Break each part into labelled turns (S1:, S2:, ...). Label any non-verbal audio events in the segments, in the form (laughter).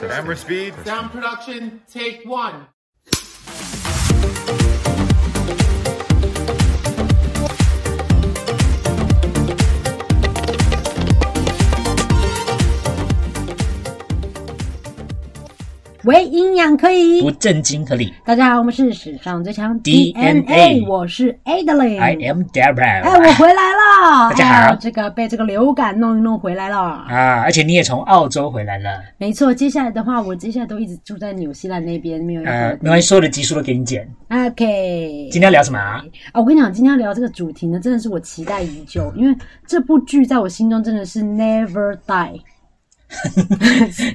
S1: Camera speed.
S2: Sound production, take one.
S3: 喂，营养可
S4: 不
S3: 以。
S4: 正经合理。
S3: 大家好，我们是史上最强
S4: DNA
S3: 我是 Adeline。
S4: I am
S3: 嗯哎，我
S4: Debra
S3: 回来了！
S4: 大家好
S3: 哎呦这个被这个流感弄一弄回来了。
S4: 啊，而且你也从澳洲回来了，
S3: 没错，接下来的话，我接下来都一直住在纽西兰那边，没有要，
S4: 呃没关系，所有的集数都给你剪。
S3: 回。OK，
S4: 今天要聊什么啊？
S3: 啊，我跟你讲，今天要聊这个主题呢，真的是我期待已久，因为这部剧在我心中真的是 Never
S4: (laughs)
S3: Die。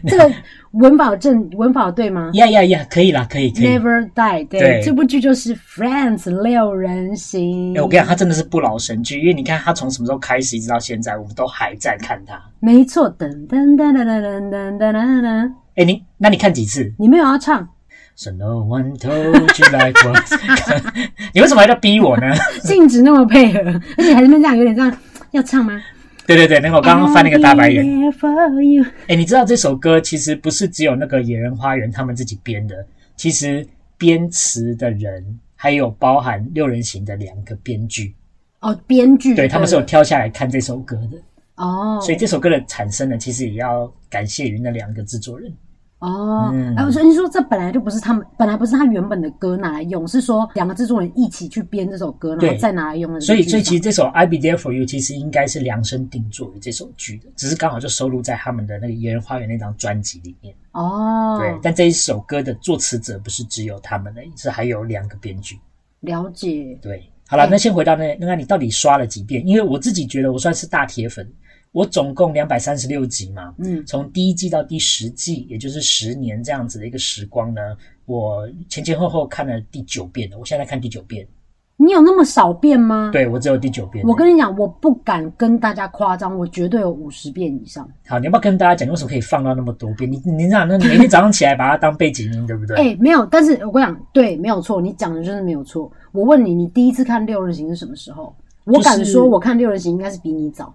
S3: 这个文保正文保对吗
S4: 呀呀呀，可以啦，可以可以。哎、
S3: ？Never Die，对，
S4: 对哎
S3: 这部剧就是《Friends》六人行。
S4: 我跟你讲，他真的是不老神剧，因为你看他从什么时候开始一直到现在，我们都还在看他。
S3: 没错，噔噔噔噔噔噔噔噔噔噔，
S4: 哎、你那你看几次
S3: 你没有要唱， (laughs)
S4: ？So no one told you like (laughs) what？你为什么还在逼我呢？ (laughs)
S3: 禁止那么配合， (laughs) 而且还是那边这样有点这样，要唱吗？
S4: 对对对，那个我刚刚翻了一个大白眼。
S3: I'll be there for you
S4: 哎、你知道这首歌其实不是只有那个野人花园他们自己编的，其实编词的人还有包含六人行的两个编剧，
S3: 哦，编剧
S4: 对他们是有挑下来看这首歌的，
S3: 嗯哦，
S4: 所以这首歌的产生呢，其实也要感谢于那两个制作人。
S3: 哦，
S4: 嗯
S3: 哎、我说你说这本来就不是他们，本来不是他原本的歌拿来用，是说两个制作人一起去编这首歌，然后
S4: 对
S3: 再拿来用的。
S4: 所以，所以其实这首《I Be There for You》其实应该是量身定做于这首剧的，只是刚好就收录在他们的那个野人花园那张专辑里面。
S3: 哦，
S4: 对，但这一首歌的作词者不是只有他们而已，是还有两个编剧。
S3: 了解
S4: 对，好了，
S3: 对
S4: 那先回到那，那你到底刷了几遍？因为我自己觉得我算是大铁粉，我总共两百三十六集嘛，
S3: 嗯，
S4: 从第一季到第十季，也就是十年这样子的一个时光呢，我前前后后看了第九遍了，我现在在看第九遍，
S3: 你有那么少遍吗？，
S4: 对我只有第九遍。
S3: 嗯我跟你讲，我不敢跟大家夸张，我绝对有五十遍以上。
S4: 好，你要不要跟大家讲，你为什么可以放到那么多遍？你你那那
S3: (laughs)
S4: 每天早上起来把它当背景音，对不对？
S3: 哎、没有，但是我跟你讲，对，没有错，你讲的真的没有错。我问你，你第一次看《六人行》是什么时候？我敢
S4: 就是
S3: 说，我看《六人行》应该是比你早。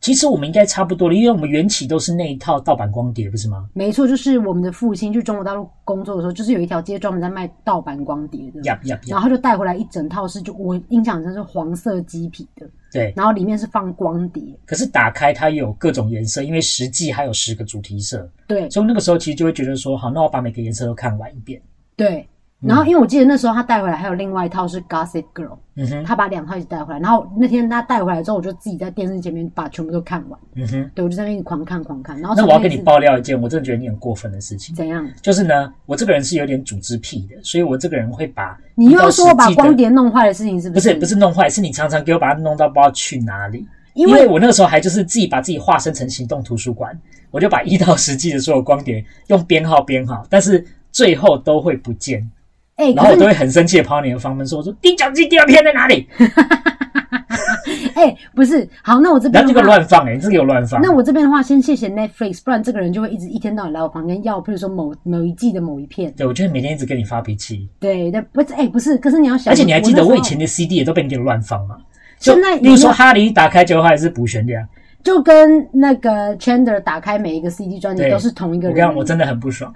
S4: 其实我们应该差不多了，因为我们缘起都是那一套盗版光碟，不是吗？
S3: 没错，就是我们的父亲去中国大陆工作的时候，就是有一条街专门在卖盗版光碟的。
S4: 呀呀
S3: 然
S4: 呀！
S3: 后他就带回来一整套是，就我印象中是黄色鸡皮的，
S4: 对，
S3: 然后里面是放光碟，
S4: 可是打开它有各种颜色，因为实际还有十个主题色，
S3: 对
S4: 所以那个时候其实就会觉得说，好，那我把每个颜色都看完一遍。
S3: 对。然后因为我记得那时候他带回来还有另外一套是 Gossip Girl，
S4: 嗯哼，
S3: 他把两套一起带回来。然后那天他带回来之后，我就自己在电视前面把全部都看完，
S4: 嗯哼。
S3: 对我就在那边狂看狂看。然后
S4: 那
S3: 从
S4: 我要
S3: 那
S4: 跟你
S3: 次
S4: 爆料一件我真的觉得你很过分的事情，
S3: 怎样？
S4: 就是呢，我这个人是有点组织癖的，所以我这个人会把
S3: 你又要说我
S4: 一到
S3: 把
S4: 十季的
S3: 光碟弄坏的事情是不
S4: 不
S3: 是？
S4: 是不，是弄坏，是你常常给我把它弄到不知道去哪里。
S3: 因
S4: 因
S3: 为
S4: 为我那个时候还就是自己把自己化身成行动图书馆，我就把一到十季的所有光碟用编号编好，但是最后都会不见，
S3: 哎、
S4: 然
S3: 可
S4: 后我
S3: 是
S4: 都会很生气的跑到你的房门说：“我说第九季第二篇在哪
S3: (laughs)
S4: 里？”
S3: 哎、不是好，那我这边
S4: 然后
S3: 的
S4: 这个
S3: 话
S4: 乱放哎、欸，这个有乱放。
S3: 那我这边的话，先谢谢 Netflix，不然这个人就会一直一天到晚来我房间要，譬如说某某一季的某一片。
S4: 对，我就会每天一直跟你发脾气，
S3: 对，但不是，哎、不是，可是你要想，
S4: 而且你还记得
S3: 那时候
S4: 我以前的 CD 也都被你给乱放嘛？
S3: 现在
S4: 例如
S3: 你
S4: 说
S3: 要
S4: 《哈利》打开就还是补旋律啊。
S3: 就跟那个 Chandler 打开每一个 CD 专辑
S4: 对
S3: 都是同一
S4: 我
S3: 个
S4: 跟你
S3: 人
S4: 讲，。我真的很不爽，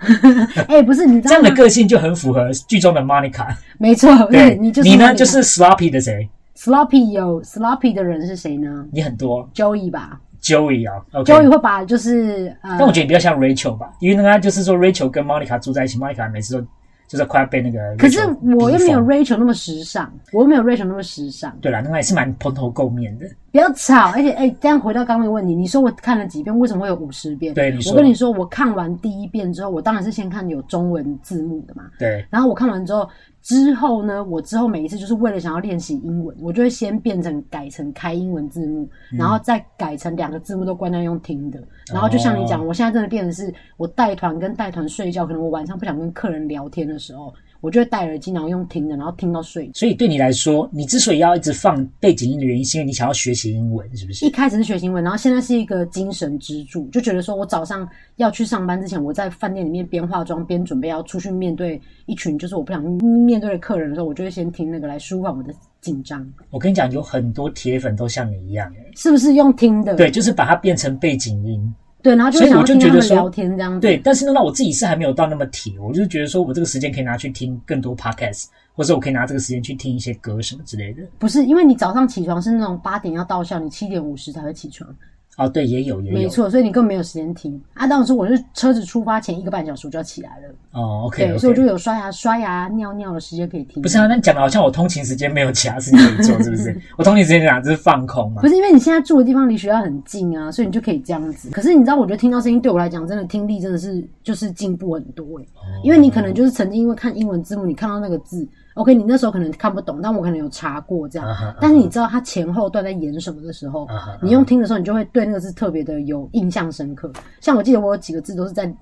S3: 哎、不是，你知
S4: 这
S3: 道
S4: 样
S3: 吗
S4: 的？个性就很符合剧中的 Monica。
S3: (laughs) 没错，(laughs)
S4: 对，
S3: 你就是
S4: 你
S3: 那
S4: 呢，
S3: 个
S4: 就是 Sloppy 的谁？
S3: Sloppy 有 Sloppy 的人是谁呢
S4: 你很多
S3: ？Joey 吧
S4: Joey 啊，OK。
S3: ，Joey 会把就是呃，
S4: 但我觉得你比较像 Rachel 吧，因为呢，就是说 Rachel 跟 Monica 住在一起，Monica 每次都就是快要被那个。
S3: 可是我又没有。Rachel 那么时尚，我又没有 Rachel 那么时尚，
S4: 对啦，那个也是蛮蓬头垢面的。
S3: 不要吵。而且，哎、这样回到刚刚的问题，你说我看了几遍，为什么会有五十遍？
S4: 对你说
S3: 我跟你说，我看完第一遍之后，我当然是先看有中文字幕的嘛。
S4: 对，
S3: 然后我看完之后，之后呢，我之后每一次就是为了想要练习英文，我就会先变成改成开英文字幕，然后再改成两个字幕都关掉用听的。然后就像你讲，我现在真的变成是我带团跟带团睡觉，可能我晚上不想跟客人聊天的时候，我就会戴耳机，然后用听的，然后听到睡。
S4: 所以对你来说，你之所以要一直放背景音的原因，是因为你想要学习英文，是不是
S3: 一？开始是学英文，然后现在是一个精神支柱，就觉得说我早上要去上班之前，我在饭店里面边化妆边准备要出去面对一群就是我不想面对的客人的时候，我就会先听那个来舒缓我的紧张，
S4: 我跟你讲，有很多铁粉都像你一样，欸
S3: 是不是用听的？
S4: 对，就是把它变成背景音，
S3: 对，然后就会
S4: 所以
S3: 想
S4: 我
S3: 要
S4: 就
S3: 听他
S4: 觉得
S3: 们
S4: 说
S3: 聊天这样子。
S4: 对，但是呢，那我自己是还没有到那么铁，我就是觉得说我这个时间可以拿去听更多 podcast，或者我可以拿这个时间去听一些歌什么之类的。
S3: 不是，因为你早上起床是那种八点要到校，你七点五十才会起床，
S4: 哦，对，也有，也有。
S3: 没错，所以你根本没有时间听啊。当时我是车子出发前一个半小时我就要起来了，
S4: 哦，OK，,
S3: 对
S4: o
S3: 所以我就有刷牙、刷牙、尿尿的时间可以听。
S4: 不是啊，那你讲的好像我通勤时间没有其他事情可以做，是
S3: (laughs)
S4: 不是？我通勤时间哪就是放空嘛
S3: 不？是因为你现在住的地方离学校很近啊，所以你就可以这样子。可是你知道，我觉得听到声音对我来讲，真的听力真的是就是进步很多诶、欸因为你
S4: 哦
S3: 可能就是曾经因为看英文字幕，你看到那个字，OK，你那时候可能看不懂，但我可能有查过这样
S4: 啊哈啊哈。
S3: 但是你知道它前后段在演什么的时候
S4: 啊哈啊哈，
S3: 你用听的时候，你就会对那个字特别的有印象深刻。像我记得我有几个字都是在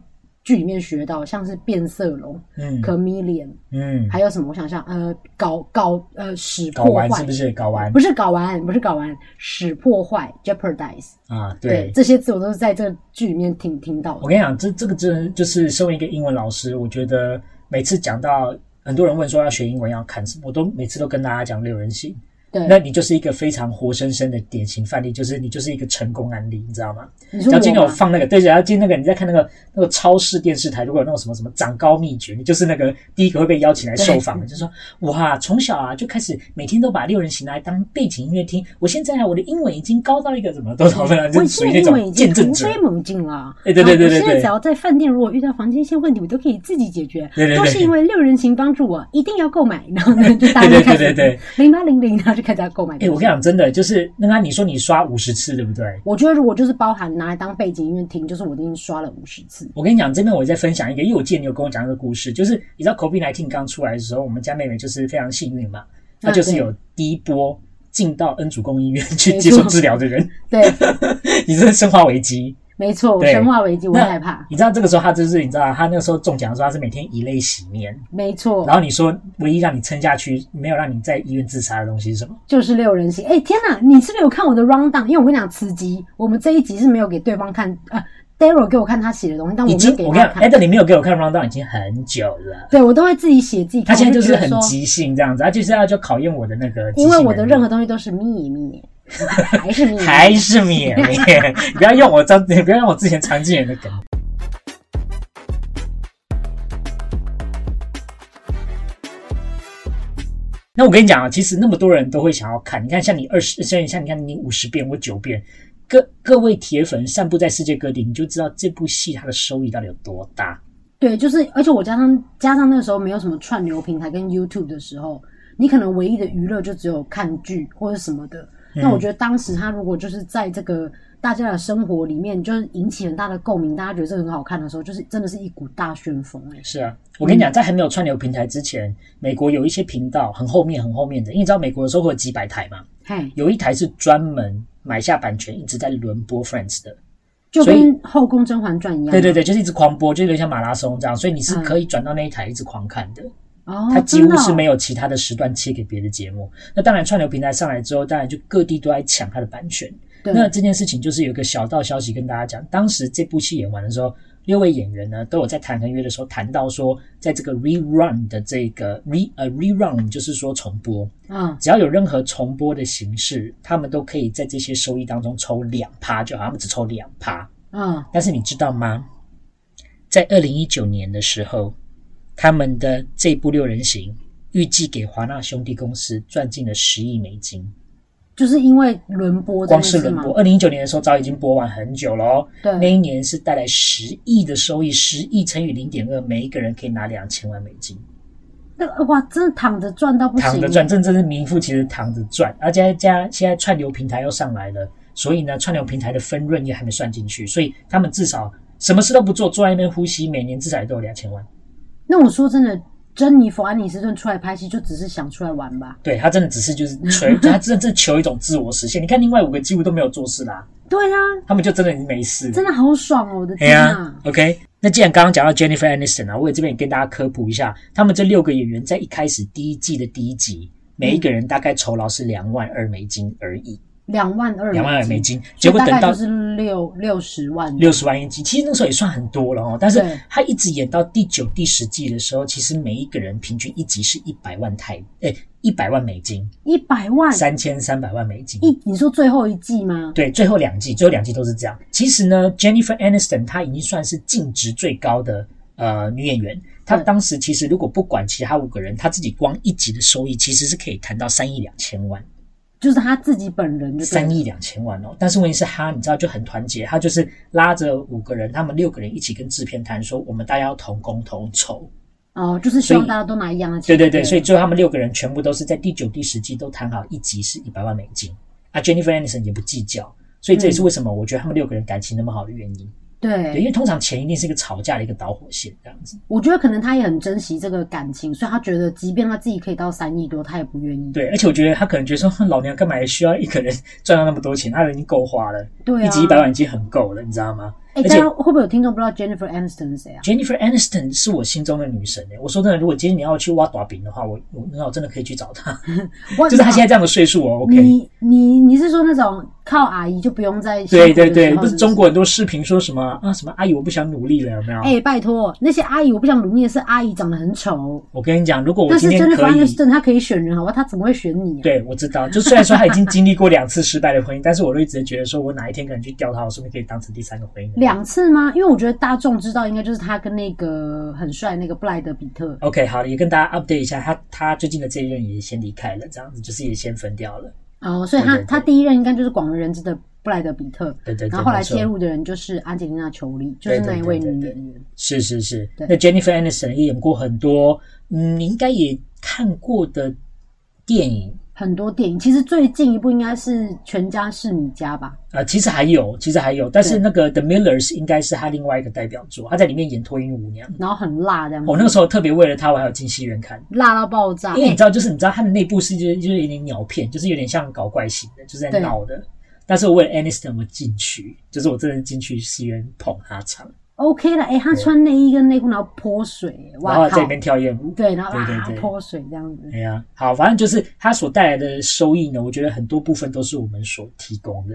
S3: 剧里面学到，像是变色龙、
S4: 嗯
S3: chameleon，
S4: 嗯，
S3: 还有什么？我想想，呃，搞搞呃使
S4: 搞
S3: 破
S4: 完
S3: 坏
S4: 是不是？搞完
S3: 不是搞完，不是搞完，使破坏 （jeopardize）。
S4: 啊，
S3: 对，
S4: 对。
S3: 这些字我都是在这个剧里面听听到
S4: 我
S3: 的。
S4: 跟你讲，这这个真的就是身为一个英文老师，我觉得每次讲到很多人问说要学英文要看什么，我都每次都跟大家讲六人行。那
S3: 对，
S4: 你就是一个非常活生生的典型范例，就是你就是一个成功案例，你知道吗？
S3: 你
S4: 只
S3: 说
S4: 要今天
S3: 我
S4: 有
S3: 吗？
S4: 放那个，对，只要今天那个你在看那个那个超市电视台，如果有那种什么什么长高秘诀，你就是那个第一个会被邀请来受访的，就说哇，从小啊就开始每天都把六人行来当背景音乐听，我现在啊我的英文已经高到一个什么多少分了，就
S3: 我
S4: 是属
S3: 现
S4: 于
S3: 在
S4: 那
S3: 英文
S4: 种
S3: 已
S4: 见
S3: 经
S4: 证
S3: 突
S4: 者。
S3: 飞猛进了。
S4: 哎对对对
S3: 然
S4: 对
S3: 后我现
S4: 对
S3: 在只要在饭店，如果遇到房间一些问题，我都可以自己解决。
S4: 对对对
S3: 都是因为六人行帮助我，一定要购买。然后
S4: (laughs)
S3: 呢，就大家
S4: 对对
S3: 开始
S4: 对对
S3: 零八零零，然后就开始要购买。
S4: 哎、我跟你讲，真的就是那刚才你说你刷五十次，对不对？
S3: 我觉得如果就是包含拿来当背景音乐听，就是我已经刷了五十次。
S4: 我跟你讲，这边我再分享一个，因为我记得你有跟我讲一个故事，就是你知道 COVID 1 9刚出来的时候，我们家妹妹就是非常幸运嘛，她就是
S3: 嗯对
S4: 有第一波进到恩主公医院去
S3: 没
S4: 接受
S3: 错
S4: 治疗的人， (laughs)
S3: 对，
S4: 你这是生化危机。
S3: 没错，我
S4: 对
S3: 生化危机，我会
S4: 那
S3: 害怕。
S4: 你知道这个时候她就是你知道她那个时候中奖的时候，她是每天以泪洗面。
S3: 没错
S4: 然，后你说唯一让你撑下去，没有让你在医院自杀的东西是什么？
S3: 就是六人行。哎、天哪，你是不是有看我的 round down？因为我跟你讲，吃鸡，我们这一集是没有给对方看，呃，Daryl 给我看他写的东西，但
S4: 已
S3: 哦我没
S4: 经
S3: 有给
S4: 我跟你
S3: 他
S4: 讲
S3: 看。
S4: ，Adam 你没有给我看 round down 已经很久了。
S3: 对我都会自己写自己
S4: 他
S3: 看。
S4: 现在就
S3: 我
S4: 是
S3: 觉得
S4: 很
S3: 说，
S4: 即兴这样子，他就是要就考验我的那个即
S3: 因
S4: 兴能力。
S3: 为我的任何东西都是秘密，
S4: (laughs)
S3: 还是秘密。
S4: 还是绵绵， (laughs) 你不要用我张， (laughs) 你不要用我之前常见人的梗。那我跟你讲啊，其实那么多人都会想要看，你看像你二十，像你像你看你五十遍，我九遍，各各位铁粉散布在世界各地，你就知道这部戏它的收益到底有多大。
S3: 对，就是，而且我加上加上那时候没有什么串流平台跟 YouTube 的时候，你可能唯一的娱乐就只有看剧或者什么的。那
S4: 嗯
S3: 我觉得当时他如果就是在这个大家的生活里面，就是引起很大的共鸣，大家觉得这个很好看的时候，就是真的是一股大旋风哎、
S4: 是啊，我跟你讲，在还没有串流平台之前，美国有一些频道很后面很后面的，因为你知道美国的时候会有几百台嘛，
S3: 嘿，
S4: 有一台是专门买下版权，一直在轮播 Friends 的。
S3: 就
S4: 所以
S3: 跟《后宫甄嬛传》一样。
S4: 对对，对，就是一直狂播，就有点像马拉松这样，所以你是可以转到那一台一直狂看的。
S3: 嗯哦，
S4: 它几乎是
S3: 真的
S4: 没
S3: 哦
S4: 有其他的时段切给别的节目。那当然，串流平台上来之后，当然就各地都在抢它的版权。
S3: 对
S4: 那这件事情就是有一个小道消息跟大家讲，当时这部戏演完的时候，六位演员呢都有在谈合约的时候谈到说，在这个 rerun 的这个 re 呃 rerun 就是说重播，
S3: 嗯，
S4: 只要有任何重播的形式，他们都可以在这些收益当中抽两趴就好，他们只抽两趴。
S3: 嗯，
S4: 但是你知道吗？在二零一九年的时候，他们的这部六人行预计给华纳兄弟公司赚进了十亿美金，
S3: 就是因为轮播这
S4: 光
S3: 件
S4: 是
S3: 事
S4: 轮
S3: 嘛，
S4: 播。二零一九哦年的时候早已经播完很久了哦，
S3: 对
S4: 那一年是带来十亿的收益，十亿乘以零点二，每一个人可以拿两千万美金，
S3: 那哇，真的躺着赚到不行，
S4: 躺着赚，，这真是名副其实躺着赚。而且加现在串流平台又上来了，所以呢，串流平台的分润也还没算进去，所以他们至少什么事都不做，坐在那边呼吸，每年至少也都有两千万。
S3: 那我说真的，珍妮弗·安妮斯顿出来拍戏，就只是想出来玩吧？
S4: 对他真的只是就是
S3: (laughs)
S4: 求，他真的是求一种自我实现。你看另外五个几乎都没有做事啦，
S3: 对啊，
S4: 他们就真的已经没事了。
S3: 真的好爽哦！我的
S4: 哎
S3: 天
S4: 呀、
S3: 啊！
S4: o k 那既然刚刚讲到 Jennifer Aniston 啊，我也这边也跟大家科普一下，他们这六个演员在一开始第一季的第一集，每一个人大概酬劳是两万二美金而已，
S3: 两万二，
S4: 两万二美
S3: 金，
S4: 金。结果
S3: 所以大
S4: 等
S3: 概
S4: 到
S3: 就是六六十万。
S4: 六十万一集，其实那时候也算很多了哦。但是
S3: 对
S4: 他一直演到第九、第十季的时候，其实每一个人平均一集是一百万台，哎，一百万美金，
S3: 一百万
S4: 三千三百万美金。
S3: 哎一，你说最后一季吗？
S4: 对，最后两季，最后两季都是这样。其实呢，Jennifer Aniston 她已经算是净值最高的呃女演员。她
S3: 对
S4: 当时其实如果不管其他五个人，她自己光一集的收益其实是可以谈到三亿两千万，
S3: 就是他自己本人就对了
S4: 三亿两千万哦。但是问题是她，你知道就很团结，她就是拉着五个人，他们六个人一起跟制片谈说，我们大家要同工同酬。
S3: 哦，就是希望
S4: 所以
S3: 大家都拿一样的钱。
S4: 对对对，所以
S3: 了
S4: 最后他们六个人全部都是在第九、第十季都谈好一集是一百万美金啊，Jennifer Aniston 也不计较，所以这也是
S3: 嗯
S4: 为什么我觉得他们六个人感情那么好的原因。对，因
S3: 对，
S4: 为通常钱一定是一个吵架的一个导火线这样子。
S3: 我觉得可能他也很珍惜这个感情，所以他觉得即便他自己可以到三亿多，他也不愿意。
S4: 对，而且我觉得他可能觉得说，哼老娘干嘛也需要一个人赚到那么多钱？他啊人已经够花了，
S3: 对啊，
S4: 一集一百。万已经很够了，你知道吗？
S3: 哎，
S4: 而
S3: 大
S4: 且
S3: 家会不会有听众不知道 Jennifer Aniston 是谁啊？
S4: Jennifer Aniston 是我心中的女神欸诶、我说真的，如果今天你要去挖短饼的话，我我那我真的可以去找
S3: (laughs)
S4: 她，
S3: 哇
S4: 就是她现在这样的岁数哦，OK。
S3: 你你你是说那种靠阿姨就不用再辛苦的
S4: 对对对，
S3: 时候
S4: 不是中国很多视频说什么啊什么阿姨我不想努力了有没有？
S3: 哎、拜托，那些阿姨我不想努力的是阿姨长得很丑，
S4: 我跟你讲，如果我
S3: 但
S4: 今
S3: 是
S4: 天
S3: Jennifer
S4: 可以，
S3: Aniston 她可以选人，好吧？她怎么会选你、啊？
S4: 对我知道，就虽然说他已经经历过两次失败的婚姻，但是我都一直觉得说我哪一天可能去钓他，我说不定可以当成第三个婚姻。
S3: 两次吗？因为我觉得大众知道应该就是她跟那个很帅那个布莱德比特。
S4: OK，好，也跟大家 update 一下，他他最近的这一任也先离开了，这样子就是也先分掉了。
S3: 哦，所以
S4: 对
S3: 她
S4: 对对
S3: 她第一任应该就是广为人知的布莱德比特，
S4: 对对对，
S3: 然后后来
S4: 没错
S3: 介入的人就是安吉丽娜·裘丽，就是那一位女演员。
S4: 是是是，
S3: 对
S4: 那 Jennifer Aniston 也演过很多，嗯，你应该也看过的电影
S3: 很多电影，其实最近一部应该是《全家是你家》吧？
S4: 啊、呃其实还有，其实还有，但是
S3: 对
S4: 那个 The Millers 应该是他另外一个代表作，他在里面演脱衣舞娘。
S3: 然后很辣这样子，
S4: 哦我、那个时候特别为了他，我还有进戏院看，
S3: 辣到爆炸。
S4: 因为你
S3: 哎
S4: 知道，就是你知道他的内部是就是就是有点鸟片，就是有点像搞怪型的，就是在
S3: 对
S4: 闹的。但是我为了 Aniston 我进去，就是我真的进去戏院捧他场，
S3: OK 了，哎、她穿内衣跟内裤，然后泼水，
S4: 然后
S3: 哇
S4: 在
S3: 靠
S4: 里！面跳艳舞。
S3: 对，然后
S4: 对对
S3: 啊
S4: 对
S3: 泼水这样子
S4: 哎。呀，好，反正就是它所带来的收益呢，我觉得很多部分都是我们所提供的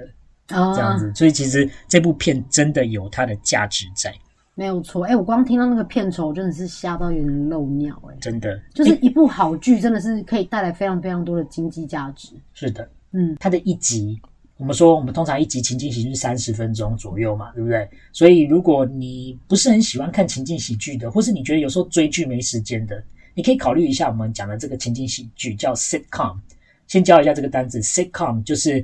S3: 啊，
S4: 这样子，所以其实这部片真的有它的价值在，
S3: 没有错。哎、我光听到那个片酬，我真的是吓到有点漏尿、哎，
S4: 真的
S3: 就是一部好剧，真的是可以带来非常非常多的经济价值。
S4: 是的，
S3: 嗯，
S4: 它的一集，我们说我们通常一集情境喜剧三十分钟左右嘛，对不对？所以如果你不是很喜欢看情境喜剧的，或是你觉得有时候追剧没时间的，你可以考虑一下我们讲的这个情境喜剧叫 sitcom。先教一下这个单字，sitcom 就是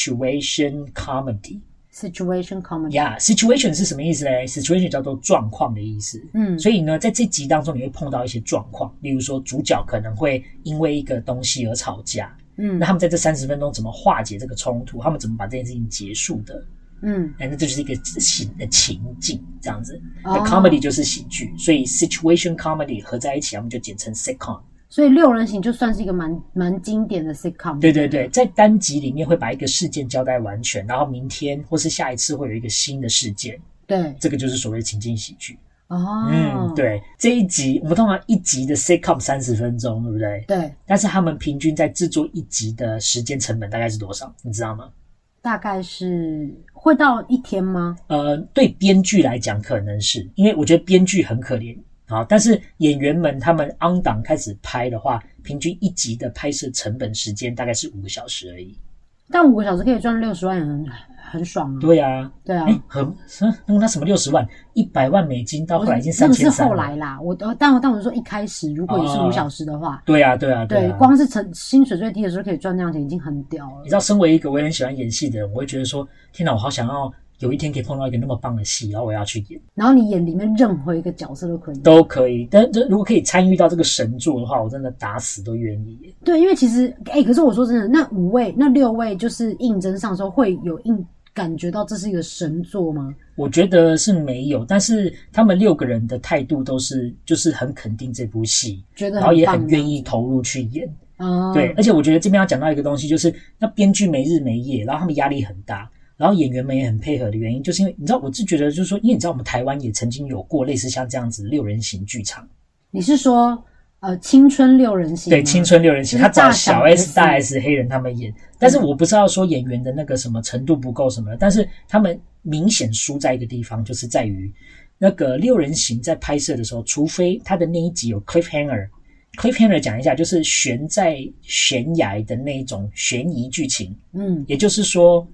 S4: situation comedy。
S3: Situation comedy，、
S4: 呀、s i t u a t i o n 是什么意思嘞？situation 叫做状况的意思。
S3: 嗯，
S4: 所以呢，在这集当中，你会碰到一些状况，例如说主角可能会因为一个东西而吵架，
S3: 嗯
S4: 那他们在这三十分钟怎么化解这个冲突？他们怎么把这件事情结束的？
S3: 嗯，
S4: 哎，那这就是一个情的情境这样子。那
S3: 哦
S4: comedy 就是喜剧，所以 situation comedy 合在一起，他们就简称 sitcom。
S3: 所以六人行就算是一个蛮蛮经典的 sitcom。
S4: 对对对，在单集里面会把一个事件交代完全，然后明天或是下一次会有一个新的事件，
S3: 对，
S4: 这个就是所谓的情境喜剧。
S3: 哦，
S4: 嗯，对，这一集我们通常一集的 sitcom 三十分钟，对不对？
S3: 对，
S4: 但是他们平均在制作一集的时间成本大概是多少？你知道吗？
S3: 大概是会到一天吗？
S4: 呃，对编剧来讲，可能是因为我觉得编剧很可怜啊，但是演员们他们 on 档开始拍的话，平均一集的拍摄成本时间大概是五个小时而已。
S3: 但五个小时可以赚六十万，也很很爽啊。
S4: 对啊，
S3: 对啊
S4: 哎、，很很那个那什么六十万、一百万美金，到
S3: 我
S4: 后
S3: 是
S4: 来已经
S3: 那
S4: 三
S3: 个
S4: 千
S3: 是
S4: 三
S3: 后
S4: 了。
S3: 来啦，我呃但我但我是说一开始如果也是
S4: 哦
S3: 五小时的话，
S4: 对啊，对啊，
S3: 对，
S4: 啊。
S3: 光是成薪水最低的时候可以赚那样钱，已经很屌了
S4: 你。知道，身为一个我也很喜欢演戏的人，我会觉得说，天哪，我好想要有一天可以碰到一个那么棒的戏，然后我要去演
S3: 然后你演里面任何一个角色都可以。
S4: 都可以。但这如果可以参与到这个神作的话，我真的打死都愿意耶。
S3: 对，因为其实哎、可是我说真的，那五位、那六位就是应征上的时候会有应感觉到这是一个神作吗？
S4: 我觉得是没有，但是他们六个人的态度都是，就是很肯定这部戏，
S3: 觉得
S4: 然后也
S3: 棒
S4: 很
S3: 吗
S4: 愿意投入去演。
S3: 啊，
S4: 对，，而且我觉得这边要讲到一个东西，就是那编剧没日没夜，然后他们压力很大，然后演员们也很配合的原因，就是因为你知道，我是觉得就是说，因为你知道我们台湾也曾经有过类似像这样子六人行剧场。
S3: 你是说呃青春六人行吗？
S4: 对，青春六人行，
S3: 啊就是嗯
S4: 他找
S3: 大
S4: 小
S3: 小
S4: S、
S3: S
S4: 大 S、黑人他们演，但是我不是要说演员的那个什么程度不够什么的，但是他们明显输在一个地方，就是在于那个六人行在拍摄的时候，除非他的那一集有 cliffhanger。 cliffhanger 讲一下，就是悬在悬崖的那一种悬疑剧情，
S3: 嗯
S4: 也就是说，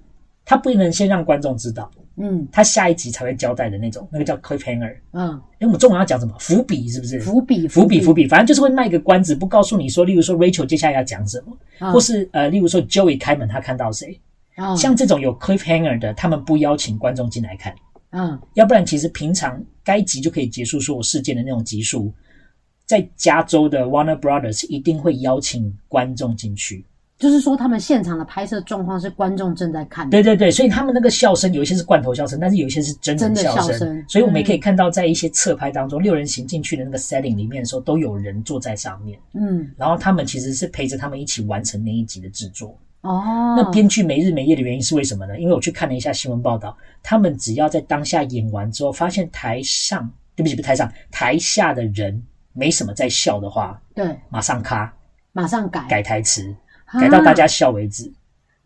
S4: 他不能先让观众知道，
S3: 嗯
S4: 他下一集才会交代的那种，那个叫 cliffhanger。
S3: 嗯，
S4: 哎，我们中文要讲什么？伏笔是不是？
S3: 伏笔
S4: 伏笔，伏笔，反正就是会卖个关子，不告诉你说，例如说 Rachel 接下来要讲什么，
S3: 啊
S4: 或是呃，例如说 Joey 开门他看到谁，
S3: 啊
S4: 像这种有 cliffhanger 的，他们不邀请观众进来看，
S3: 嗯
S4: 要不然其实平常该集就可以结束所有事件的那种集数，在加州的 Warner Brothers 一定会邀请观众进去。
S3: 就是说他们现场的拍摄状况是观众正在看的，
S4: 对对对，所以他们那个笑声有一些是罐头笑声，但是有一些是真人
S3: 真的
S4: 笑声，
S3: 笑声嗯
S4: 所以我们也可以看到，在一些侧拍当中，六人行进去的那个 setting 里面的时候，都有人坐在上面。
S3: 嗯
S4: 然后他们其实是陪着他们一起完成那一集的制作。
S3: 哦，
S4: 那编剧没日没夜的原因是为什么呢？因为我去看了一下新闻报道，他们只要在当下演完之后，发现台上对不起，不是台上台下的人没什么在笑的话，
S3: 对
S4: 马上咔
S3: 马上改
S4: 改台词，
S3: 啊
S4: 改到大家笑为止。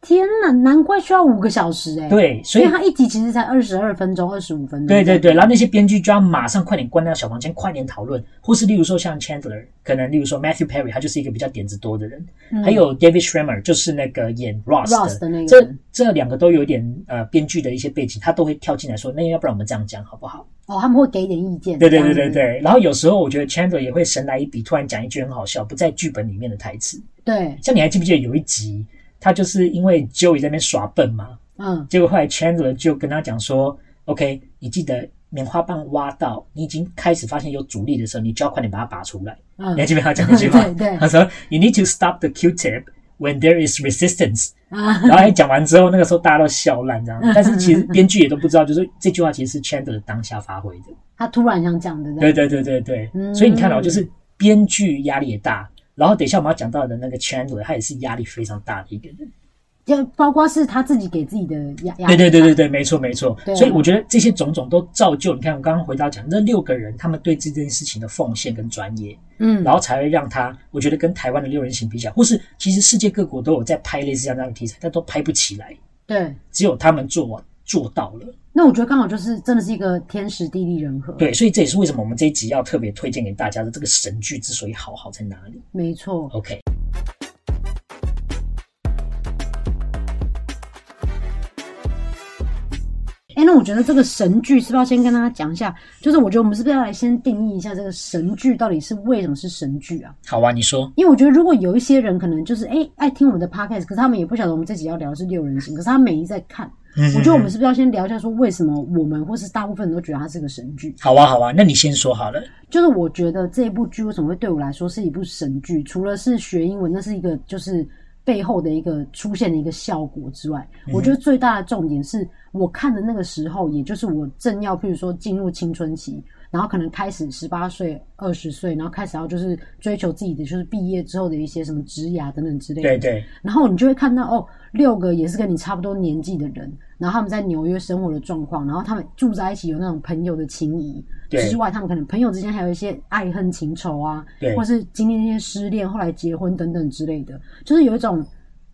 S3: 天哪，难怪需要五个小时哎、，
S4: 对，所以
S3: 因为它一集其实才二十二分钟、二十五分钟，
S4: 对对对，然后那些编剧就要马上快点关掉小房间，快点讨论，或是例如说像 Chandler，可能例如说 Matthew Perry，他就是一个比较点子多的人，
S3: 嗯
S4: 还有 David Schremer，就是那个演 Ross 的
S3: Ross 的那个
S4: 这
S3: 人
S4: 这两个都有点呃编剧的一些背景，他都会跳进来说，那要不然我们这样讲好不好？
S3: 哦，他们会给一点意见，
S4: 对对对
S3: 这样子
S4: 对对，然后有时候我觉得 Chandler 也会神来一笔，突然讲一句很好笑，不在剧本里面的台词，
S3: 对，
S4: 像你还记不记得有一集，他就是因为 Joey 在那边耍笨嘛，
S3: 嗯
S4: 结果后来 Chandler 就跟他讲说：“OK，你记得棉花棒挖到你已经开始发现有阻力的时候，你就要快点把它拔出来。
S3: 嗯
S4: 你还记得他讲那句话？
S3: (laughs) 对对
S4: 他说：“You need to stop the Q-tip when there is resistance。”
S3: 啊，
S4: 然后他讲完之后，那个时候大家都笑烂这样，
S3: 嗯
S4: 但是其实编剧也都不知道，就是这句话其实是 Chandler 当下发挥的。
S3: 他突然想讲的，
S4: 对对对对对，
S3: 嗯
S4: 所以你看到、哦就是编剧压力也大，然后等一下我们要讲到的那个 Chandler，他也是压力非常大的一个人。
S3: 就包括是他自己给自己的压压力，
S4: 对对对对对，没错没错
S3: 对。啊
S4: 所以我觉得这些种种都造就，你看我刚刚回到讲，那六个人他们对这件事情的奉献跟专业，
S3: 嗯
S4: 然后才会让他，我觉得跟台湾的六人行比起来，或是其实世界各国都有在拍类似像这样的题材，但都拍不起来，
S3: 对。
S4: 只有他们做做到了。
S3: 那我觉得刚好就是真的是一个天时地利人和，，
S4: 对，所以这也是为什么我们这一集要特别推荐给大家的这个神剧之所以好好在哪里。
S3: 没错。
S4: OK。
S3: 哎，那我觉得这个神剧是不是要先跟大家讲一下？就是我觉得我们是不是要来先定义一下这个神剧到底是为什么是神剧啊？
S4: 好啊，你说，
S3: 因为我觉得如果有一些人可能就是哎爱听我们的 podcast，可是他们也不晓得我们这集要聊的是六人行，可是他每一在看，
S4: 嗯
S3: 我觉得我们是不是要先聊一下说为什么我们或是大部分人都觉得它是个神剧？
S4: 好啊，好啊，那你先说好了。
S3: 就是我觉得这一部剧为什么会对我来说是一部神剧，除了是学英文，那是一个就是背后的一个出现的一个效果之外，我觉得最大的重点是我看的那个时候，也就是我正要，譬如说进入青春期，然后可能开始十八岁、二十岁，然后开始要就是追求自己的，就是毕业之后的一些什么职涯等等之类的。
S4: 对对，
S3: 然后你就会看到哦，六个也是跟你差不多年纪的人，然后他们在纽约生活的状况，然后他们住在一起有那种朋友的情谊
S4: 对
S3: 之外，他们可能朋友之间还有一些爱恨情仇啊
S4: 对，
S3: 或是经历那些失恋，后来结婚等等之类的，就是有一种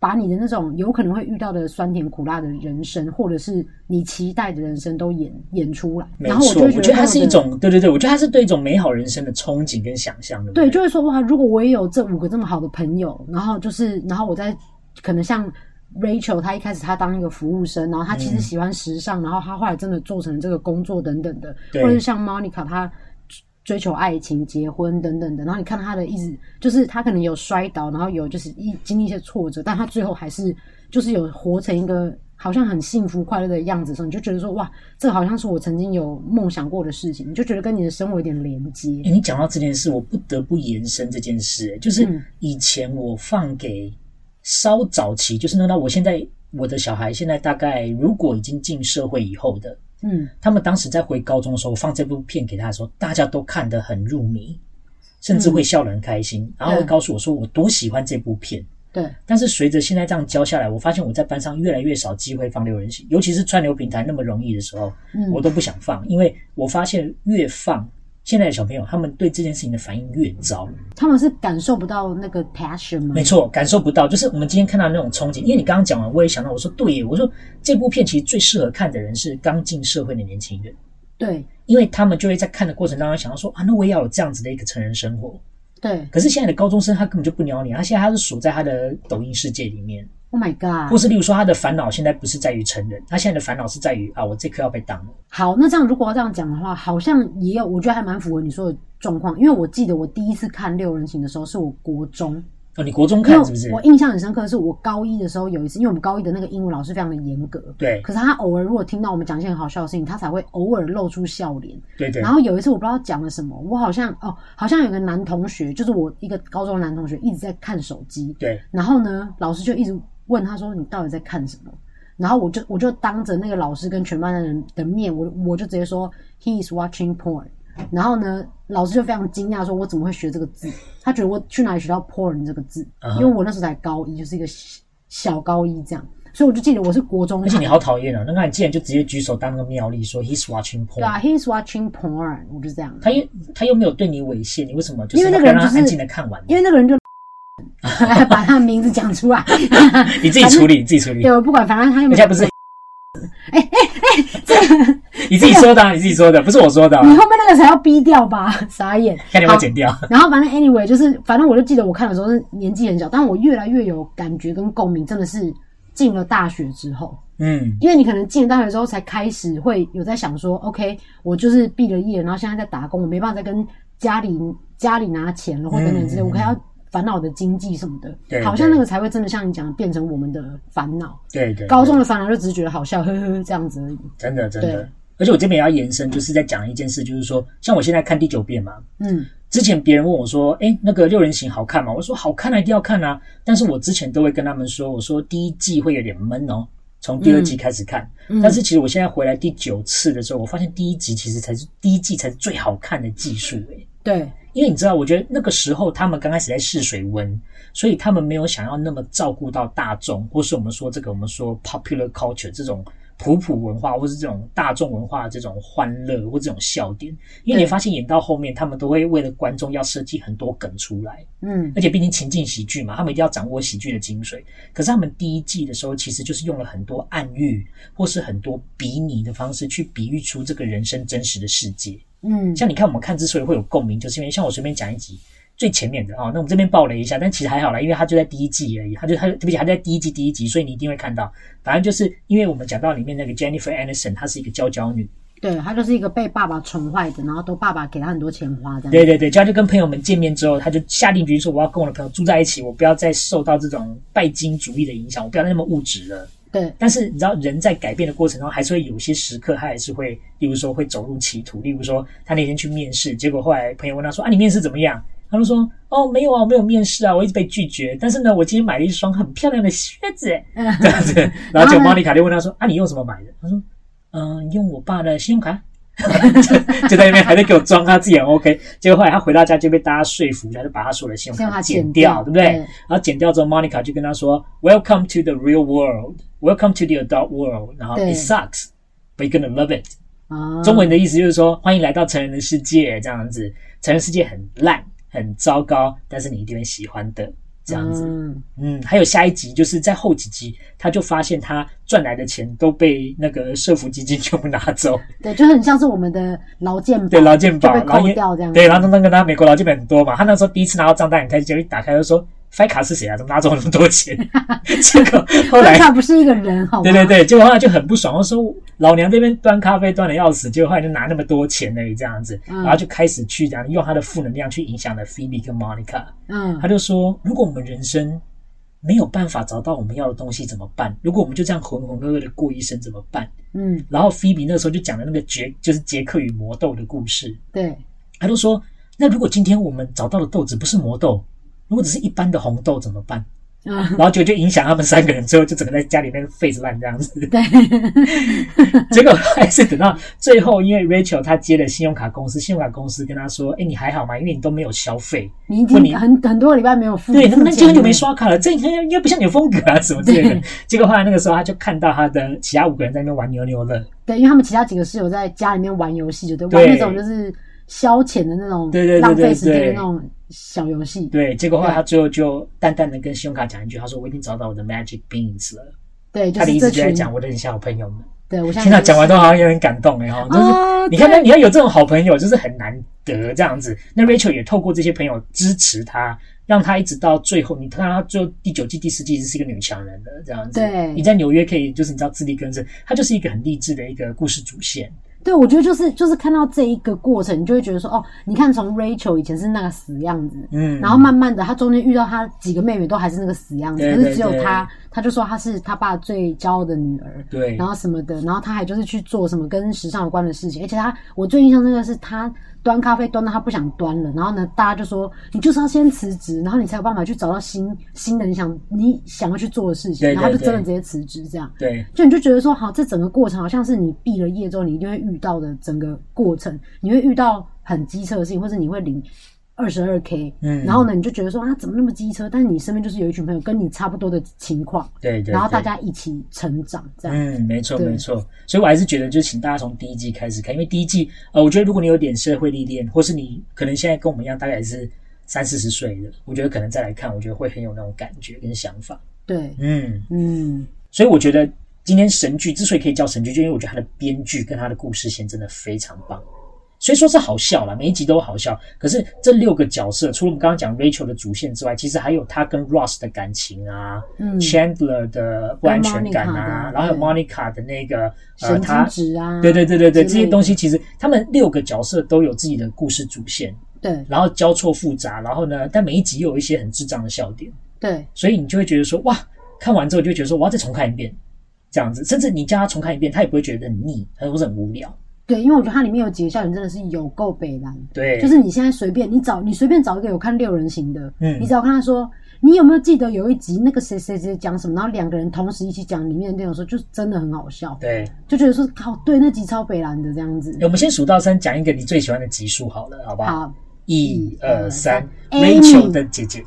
S3: 把你的那种有可能会遇到的酸甜苦辣的人生，或者是你期待的人生都演演出来，
S4: 没
S3: 然后我
S4: 错，
S3: 就
S4: 我
S3: 会
S4: 觉得它
S3: 他
S4: 是一。种，对对对，我觉得它是对一种美好人生的憧憬跟想象，对不
S3: 对，就会说哇，如果我也有这五个这么好的朋友，然后就是，然后我在可能像 Rachel，她一开始她当一个服务生，然后她其实喜欢时尚，然后她后来真的做成了这个工作等等的，
S4: 对
S3: 或者是像 Monica 她。追求爱情、结婚等等的，然后你看她的一直就是她可能有摔倒，然后有就是一经历一些挫折，但她最后还是就是有活成一个好像很幸福快乐的样子的时候，你就觉得说哇，这好像是我曾经有梦想过的事情，你就觉得跟你的生活有点连接。
S4: 欸你讲到这件事，我不得不延伸这件事，欸就是
S3: 嗯
S4: 以前我放给稍早期，就是那那我现在我的小孩现在大概如果已经进社会以后的，
S3: 嗯，
S4: 他们当时在回高中的时候，我放这部片给他的时候，大家都看得很入迷，甚至会笑得很开心，然后会
S3: 嗯对
S4: 告诉我说我多喜欢这部片。
S3: 对，
S4: 但是随着现在这样教下来，我发现我在班上越来越少机会放六人行，尤其是串流平台那么容易的时候，
S3: 嗯
S4: 我都不想放，因为我发现越放，现在的小朋友他们对这件事情的反应越糟。
S3: 他们是感受不到那个 passion 吗
S4: 没？错，感受不到，就是我们今天看到那种憧憬。因为你刚刚讲完，我也想到，我说对耶，我说这部片其实最适合看的人是刚进社会的年轻人，
S3: 对
S4: 因为他们就会在看的过程当中想到说啊，那我也要有这样子的一个成人生活。
S3: 对
S4: 可是现在的高中生他根本就不鸟你，他现在他是锁在他的抖音世界里面，
S3: ，Oh my
S4: 啊或
S3: god！
S4: 是例如说他的烦恼现在不是在于成人，他现在的烦恼是在于啊我这科要被挡了。
S3: 好，那这样如果要这样讲的话，好像也有，我觉得还蛮符合你说的状况，因为我记得我第一次看《六人行》的时候是我国中，
S4: 哦，你国中
S3: 因为
S4: 看是不是？
S3: 我印象很深刻，是我高一的时候有一次，因为我们高一的那个英文老师非常的严格，
S4: 对
S3: 可是他偶尔如果听到我们讲一些很好笑的事情，他才会偶尔露出笑脸。
S4: 对对
S3: 然，后有一次我不知道讲了什么，我好像哦，好像有个男同学，就是我一个高中的男同学一直在看手机，
S4: 对
S3: 然后呢，老师就一直问他说：“你到底在看什么？”然后我就我就当着那个老师跟全班的人的面，我我就直接说 “He is watching porn”。然后呢，老师就非常惊讶，说我怎么会学这个字？他觉得我去哪里学到 “porn” 这个字
S4: 嗯哼
S3: 因为我那时候才高一，就是一个小小高一这样。所以我就记得我是国中
S4: 而且你好讨厌啊！那那你竟然就直接举手当那个妙丽说 he's watching
S3: 对啊
S4: porn，
S3: ，He is watching porn，我就这样。
S4: 他又他又没有对你猥亵，你为什么就
S3: 因为
S4: 是
S3: 那
S4: 要
S3: 个人
S4: 让他
S3: 就是
S4: 安静的看完？
S3: 因为那个
S4: (laughs)
S3: 人就把他的名字讲出来，
S4: 你自己处理，你自己处理
S3: (laughs) 对，，我不管，反正他又没
S4: 人
S3: 有
S4: 家不是。哎 (laughs) 哎哎，你自己说的啊，你自己说的，不是我说的啊，
S3: 你后面那个才要逼掉吧， (laughs) 傻眼。
S4: 看你要不要剪掉。
S3: 然后反正 anyway 就是，反正我就记得我看的时候是年纪很小，但我越来越有感觉跟共鸣，真的是进了大学之后，
S4: 嗯，
S3: 因为你可能进了大学之后才开始会有在想说，OK，我就是毕了业，然后现在在打工，我没办法再跟家里家里拿钱了，或等等之类，
S4: 嗯
S3: 我可能要烦恼我的经济什么的，
S4: 对
S3: 好像
S4: 对
S3: 那个才会真的像你讲的变成我们的烦恼。
S4: 对对，
S3: 高中的烦恼就只是觉得好笑，呵呵这样子而已。
S4: 真的真
S3: 对
S4: 的。而且我这边也要延伸，就是在讲一件事，就是说，像我现在看第九遍嘛，
S3: 嗯，
S4: 之前别人问我说：“哎，那个六人行好看吗？”我说：“好看啊，一定要看啊！”但是我之前都会跟他们说：“我说第一季会有点闷哦，从第二季开始看。
S3: 嗯
S4: 但是其实我现在回来第九次的时候，我发现第一集其实才是第一季才是最好看的技术诶、
S3: 对，
S4: 因为你知道，我觉得那个时候他们刚开始在试水温，所以他们没有想要那么照顾到大众，或是我们说这个我们说 popular culture 这种普普文化，或是这种大众文化的这种欢乐或这种笑点。因为你
S3: 对
S4: 发现演到后面，他们都会为了观众要设计很多梗出来，
S3: 嗯
S4: 而且毕竟情境喜剧嘛，他们一定要掌握喜剧的精髓。可是他们第一季的时候，其实就是用了很多暗喻或是很多比拟的方式去比喻出这个人生真实的世界。
S3: 嗯，
S4: 像你看，我们看之所以会有共鸣，就是因为像我随便讲一集最前面的啊、哦，那我们这边爆雷一下，但其实还好啦，因为它就在第一季而已，它就它对不起，它就在第一季第一集，所以你一定会看到。反正就是因为我们讲到里面那个 Jennifer Aniston，她是一个娇娇女，
S3: 对，她就是一个被爸爸宠坏的，然后都爸爸给她很多钱花这样。
S4: 对对对，就她就跟朋友们见面之后，她就下定决心说，我要跟我的朋友住在一起，我不要再受到这种拜金主义的影响，我不要再那么物质了。
S3: 对
S4: 但是你知道，人在改变的过程中，还是会有些时刻，他还是会，例如说会走入歧途。例如说，他那天去面试，结果后来朋友问他说：“啊，你面试怎么样？”他就说：“哦，没有啊，我没有面试啊，我一直被拒绝。但是呢，我今天买了一双很漂亮的靴子。” (laughs) 这样子，然后结果莫妮卡就问他说：“啊，你用什么买的？”他说：“嗯、用我爸的信用卡。” (laughs) 就在那边还在给我装他自己很 OK，结果后来他回到家就被大家说服，他就把他所有的信
S3: 信
S4: 用
S3: 用
S4: 卡
S3: 卡
S4: 剪
S3: 剪
S4: 掉，
S3: 掉
S4: 对不对
S3: 对？
S4: 然后剪掉之后，Monica 就跟他说：“Welcome to the real world, welcome to the adult world。”然后
S3: 对
S4: “It sucks, but you're gonna love it。
S3: 啊，
S4: 中文的意思就是说，欢迎来到成人的世界，这样子，成人世界很烂、很糟糕，但是你一定会喜欢的，这样子。
S3: 嗯
S4: 嗯，还有下一集，就是在后几集，他就发现他赚来的钱都被那个社福基金全部拿走，
S3: 对，就很像是我们的劳健保，
S4: 对劳健保，
S3: 就被
S4: 然后
S3: 扣
S4: 也
S3: 掉这样。
S4: 对，然后那个他美国劳健保很多嘛，他那时候第一次拿到账单很开心，结果一打开就说。f 卡是谁啊？怎么拿走我那么多钱？
S3: (laughs)
S4: 结果后来
S3: 但，他不啊是一个人，好吗？
S4: 对对对，结果后来就很不爽，说老娘这边端咖啡端的要死，结果后来就拿那么多钱而已这样子，
S3: 嗯
S4: 然后就开始去讲用他的负能量去影响了 Phoebe 跟 Monica。
S3: 嗯
S4: 他，就说，如果我们人生没有办法找到我们要的东西怎么办？如果我们就这样浑浑噩噩的过一生怎么办？
S3: 嗯，
S4: 然后菲比那时候就讲了那个杰，就是杰克与魔豆的故事。
S3: 对，
S4: 他就说，那如果今天我们找到的豆子不是魔豆，如果只是一般的红豆怎么办？
S3: 嗯，
S4: 然后就就影响他们三个人，最后就整个在家里面废着烂这样子。对，结果还是等到最后，因为 Rachel 她接了信用卡公司，信用卡公司跟她说：“哎，你还好吗？因为你都没有消费。”
S3: 你已
S4: 问你
S3: 经很很多个礼拜没有付，
S4: 对，那那
S3: 付
S4: 就
S3: 钱
S4: 很久没
S3: 了
S4: 刷卡了，这应该应该不像你的风格啊，什么之类的
S3: 对。
S4: 结果后来那个时候，他就看到他的其他五个人在那边玩牛牛乐，
S3: 对，因为他们其他几个室友在家里面玩游戏，就对，
S4: 对
S3: 玩那种就是消遣的那种，
S4: 对对对对
S3: 浪费时间的
S4: 对
S3: 那种小游戏。
S4: 对。结果后来
S3: 对
S4: 他最后就淡淡的跟信用卡讲一句，他说：“我已经找到我的 magic beans 了。
S3: 对，就
S4: 他的
S3: 是
S4: 意思
S3: 这
S4: 就在
S3: 群，
S4: 讲我的小朋友们。
S3: 对我现在
S4: 听到
S3: 就是
S4: 讲完都好像有点感动哎哈，就是、
S3: 啊
S4: 你看
S3: 对
S4: 看你要有这种好朋友，就是很难得这样子。那 Rachel 也透过这些朋友支持她，让她一直到最后，你看她最后第九季、第十季是一个女强人的这样子。
S3: 对
S4: 你在纽约可以就是你知道自力更生，她就是一个很励志的一个故事主线。
S3: 对，我觉得就是就是看到这一个过程，你就会觉得说，哦，你看从 Rachel 以前是那个死样子，
S4: 嗯，
S3: 然后慢慢的，她中间遇到她几个妹妹都还是那个死样子，
S4: 对
S3: 可
S4: 对
S3: 是只有
S4: 对
S3: 她，她就说她是她爸最骄傲的女儿，
S4: 对，
S3: 然后什么的，然后她还就是去做什么跟时尚有关的事情，而且她我最印象深刻的是她端咖啡端到她不想端了，然后呢，大家就说你就是要先辞职，然后你才有办法去找到新新的你想你想要去做的事情，
S4: 对对
S3: 然后她就真的
S4: 对
S3: 直接辞职这样。
S4: 对
S3: 就你就觉得说，好，这整个过程好像是你毕了业之后，你一定会遇到的整个过程，你会遇到很机车性，或者你会领二十二 k，
S4: 嗯
S3: 然后呢，你就觉得说啊，怎么那么机车？但是你身边就是有一群朋友跟你差不多的情况，
S4: 对对，
S3: 然后
S4: 对
S3: 大家一起成长，这样。
S4: 嗯，没错
S3: 对
S4: 没错，所以我还是觉得，就请大家从第一季开始看，因为第一季，呃，我觉得如果你有点社会历练，或是你可能现在跟我们一样，大概也是三四十岁的，我觉得可能再来看，我觉得会很有那种感觉跟想法。
S3: 对，
S4: 嗯，
S3: 嗯，
S4: 所以我觉得今天神剧之所以可以叫神剧，就因为我觉得它的编剧跟它的故事线真的非常棒。虽说是好笑啦，每一集都好笑，可是这六个角色，除了我们刚刚讲 Rachel 的主线之外，其实还有他跟 Ross 的感情啊、
S3: 嗯
S4: c h a n d l e r 的不安全感啊，
S3: 跟 Monica 的
S4: 然后还有
S3: 对
S4: Monica 的那个呃，
S3: 神经
S4: 他
S3: 质啊，
S4: 对对对对对，这
S3: 之类
S4: 些
S3: 的
S4: 东西其实他们六个角色都有自己的故事主线，
S3: 对
S4: 然后交错复杂，然后呢，但每一集又有一些很智障的笑点。
S3: 对
S4: 所以你就会觉得说，哇，看完之后就会觉得说，我要再重看一遍，这样子，甚至你叫他重看一遍，他也不会觉得很腻，或者很无聊。
S3: 对，因为我觉得它里面有几个笑点真的是有够北蓝，
S4: 对，
S3: 就是你现在随便你找你随便找一个有看六人行的，
S4: 嗯
S3: 你只要跟他说你有没有记得有一集那个谁谁谁讲什么，然后两个人同时一起讲里面的内容的时候，就真的很好笑，
S4: 对。
S3: 就觉得说靠，对那集超北蓝的这样子
S4: 欸。我们先数到三，讲一个你最喜欢的集数好了，好不好？
S3: 好，
S4: 一
S3: 一
S4: 二
S3: 二
S4: 三
S3: 三
S4: ，Rachel
S3: Amy
S4: 的姐 (laughs) 姐，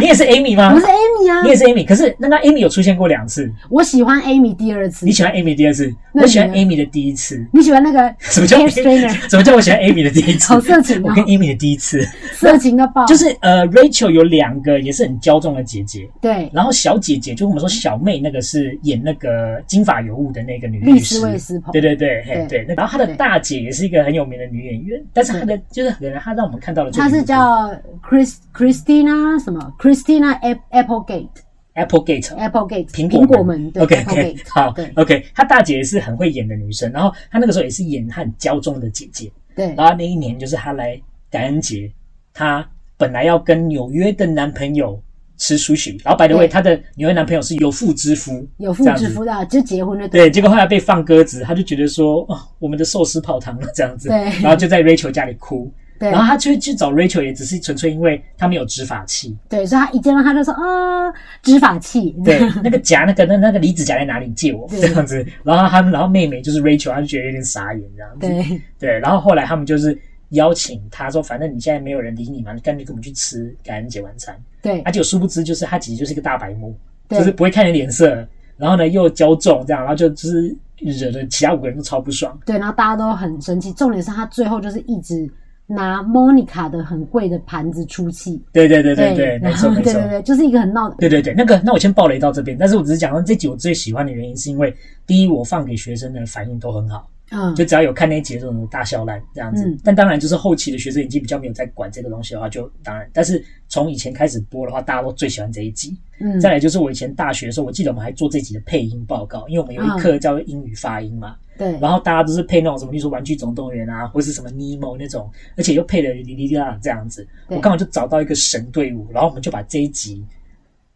S4: 你也是 Amy 吗
S3: 我？是 Amy
S4: 你也
S3: 啊，
S4: 是 Amy，可是那那 Amy 有出现过两次，
S3: 我喜欢 Amy 第二次
S4: 你。喜欢 Amy 第二次，
S3: 那
S4: 我喜欢
S3: 你
S4: Amy 的第一次。
S3: 你喜欢那个
S4: (laughs) 什么叫
S3: Hair Strainer
S4: 什么叫我喜欢 Amy (laughs) 的第一次？
S3: 好色情哦
S4: 我跟 Amy 的第一次
S3: 色情到爆？
S4: (laughs) 就是呃，Rachel 有两个也是很骄纵的姐姐，
S3: 对，
S4: 然后小姐姐，就我们说小妹，那个是演那个金发尤物的那个女
S3: 律
S4: 律
S3: 师
S4: 师，
S3: 卫斯鹏
S4: 对，对对，嘿
S3: 对
S4: 对。那然后她的
S3: 对
S4: 大姐也是一个很有名的女演员，但是她的就是可能她让我们看到的就
S3: 她是
S4: 一个
S3: 叫 Chris Christina 什么 Christina App- Applegate
S4: Apple Gate。
S3: Applegate
S4: 苹
S3: 苹
S4: 果
S3: 果门对
S4: OK OK
S3: Applegate
S4: (laughs) 好
S3: 对
S4: OK，她大姐也是很会演的女生，然后她那个时候也是演她很骄纵的姐姐，
S3: 对
S4: 然后那一年就是她来感恩节，她本来要跟纽约的男朋友吃 sushi，然后 by the way，
S3: 对
S4: 她的纽约男朋友是有妇之夫，
S3: 有妇
S4: 这样
S3: 之
S4: 子
S3: 夫啊的就结婚了，
S4: 对，结果后来被放鸽子，他就觉得说，哦，我们的寿司泡汤了这样子，
S3: 对
S4: 然后就在 Rachel 家里哭，
S3: 对
S4: 然后他去去找 Rachel 也只是纯粹因为他没有执法器，
S3: 对，所以她一见到他就说啊，执法器， (laughs)
S4: 对，那个夹那个那那个离子夹在哪里借我
S3: 对
S4: 这样子，然后他们然后妹妹就是 Rachel，她就觉得有点傻眼这样子，
S3: 对
S4: 对，然后后来他们就是邀请他说，反正你现在没有人理你嘛，你干脆跟我们去吃感恩节晚餐，
S3: 对
S4: 而且我殊不知就是他其实就是一个大白目，
S3: 对
S4: 哎就是不会看人脸色，然后呢又骄纵这样，然后就就是惹得其他五个人都超不爽。
S3: 对，然后大家都很生气。重点是他最后就是一直拿 Monica 的很贵的盘子出气，
S4: 对对对对对，没
S3: 然
S4: 错
S3: 后
S4: 没
S3: (laughs) 对
S4: 错
S3: 对，对，就是一个很闹的，
S4: 对对对，那个那我先爆雷到这边，但是我只是讲到这集我最喜欢的原因是因为第一，我放给学生的反应都很好，
S3: 嗯
S4: 就，只要有看那一集的这种大笑烂这样子
S3: 嗯。
S4: 但当然就是后期的学生已经比较没有在管这个东西的话，就当然，但是从以前开始播的话，大家都最喜欢这一集。
S3: 嗯，
S4: 再来就是我以前大学的时候，我记得我们还做这集的配音报告，因为我们有一课叫英语发音嘛，
S3: 嗯对
S4: 然后大家都是配那种什么，例如说《玩具总动员》啊，或是什么《Nemo》那种，而且又配了哩哩啦啦这样子。
S3: 对
S4: 我刚好就找到一个神队伍，然后我们就把这一集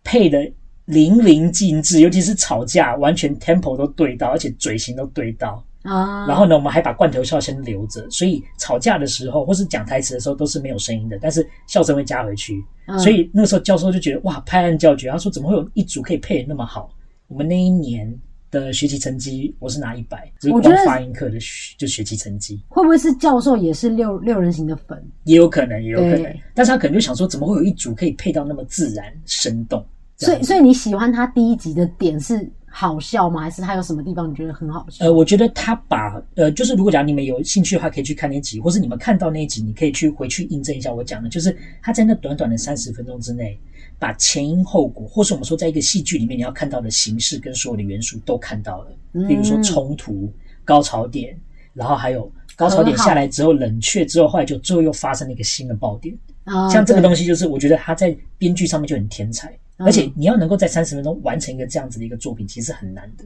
S4: 配的淋漓尽致，尤其是吵架，完全 tempo 都对到，而且嘴型都对到。
S3: 啊，
S4: 然后呢，我们还把罐头笑先留着，所以吵架的时候或是讲台词的时候都是没有声音的，但是笑声会加回去。
S3: 嗯
S4: 所以那个时候教授就觉得哇，拍案叫绝，他啊说怎么会有一组可以配的那么好？我们那一年的学习成绩我是拿一百，就是
S3: 我觉
S4: 光
S3: 得
S4: 发音课的学就学习成绩，
S3: 会不会是教授也是六六人行的粉？
S4: 也有可能，也有可能
S3: 对。
S4: 但是他可能就想说，怎么会有一组可以配到那么自然生动？这
S3: 所
S4: 样
S3: 以所以你喜欢他第一集的点是好笑吗？还是他有什么地方你觉得很好笑？
S4: 呃，我觉得他把呃，就是如果讲你们有兴趣的话，可以去看那集，或是你们看到那一集，你可以去回去印证一下我讲的，就是他在那短短的三十分钟之内，把前因后果，或是我们说在一个戏剧里面你要看到的形式跟所有的元素都看到了，比如说
S3: 嗯
S4: 冲突、高潮点，然后还有高潮
S3: 很
S4: 点
S3: 好
S4: 下来之后冷却之后，后来就最后又发生了一个新的爆点。
S3: 啊，
S4: 像这个
S3: 对
S4: 东西，就是我觉得他在编剧上面就很天才，
S3: 嗯
S4: 而且你要能够在三十分钟完成一个这样子的一个作品，其实很难的。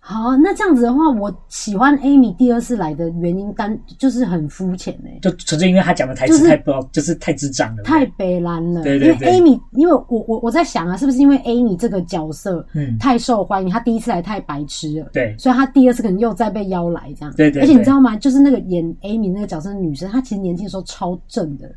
S3: 好，那这样子的话，我喜欢 Amy 第二次来的原因单就是很肤浅哎，
S4: 就纯粹因为他讲的台
S3: 就
S4: 词
S3: 是
S4: 太不知道，就是太智障了。
S3: 太北蓝了。
S4: 对对对
S3: 因为 Amy，因为我我我在想啊，是不是因为 Amy 这个角色
S4: 嗯
S3: 太受欢迎，她第一次来太白痴了，
S4: 对
S3: 所以她第二次可能又再被邀来这样。
S4: 对对
S3: 而且你
S4: 对
S3: 知道吗？就是那个演 Amy 那个角色的女生，她其实年轻的时候超正的，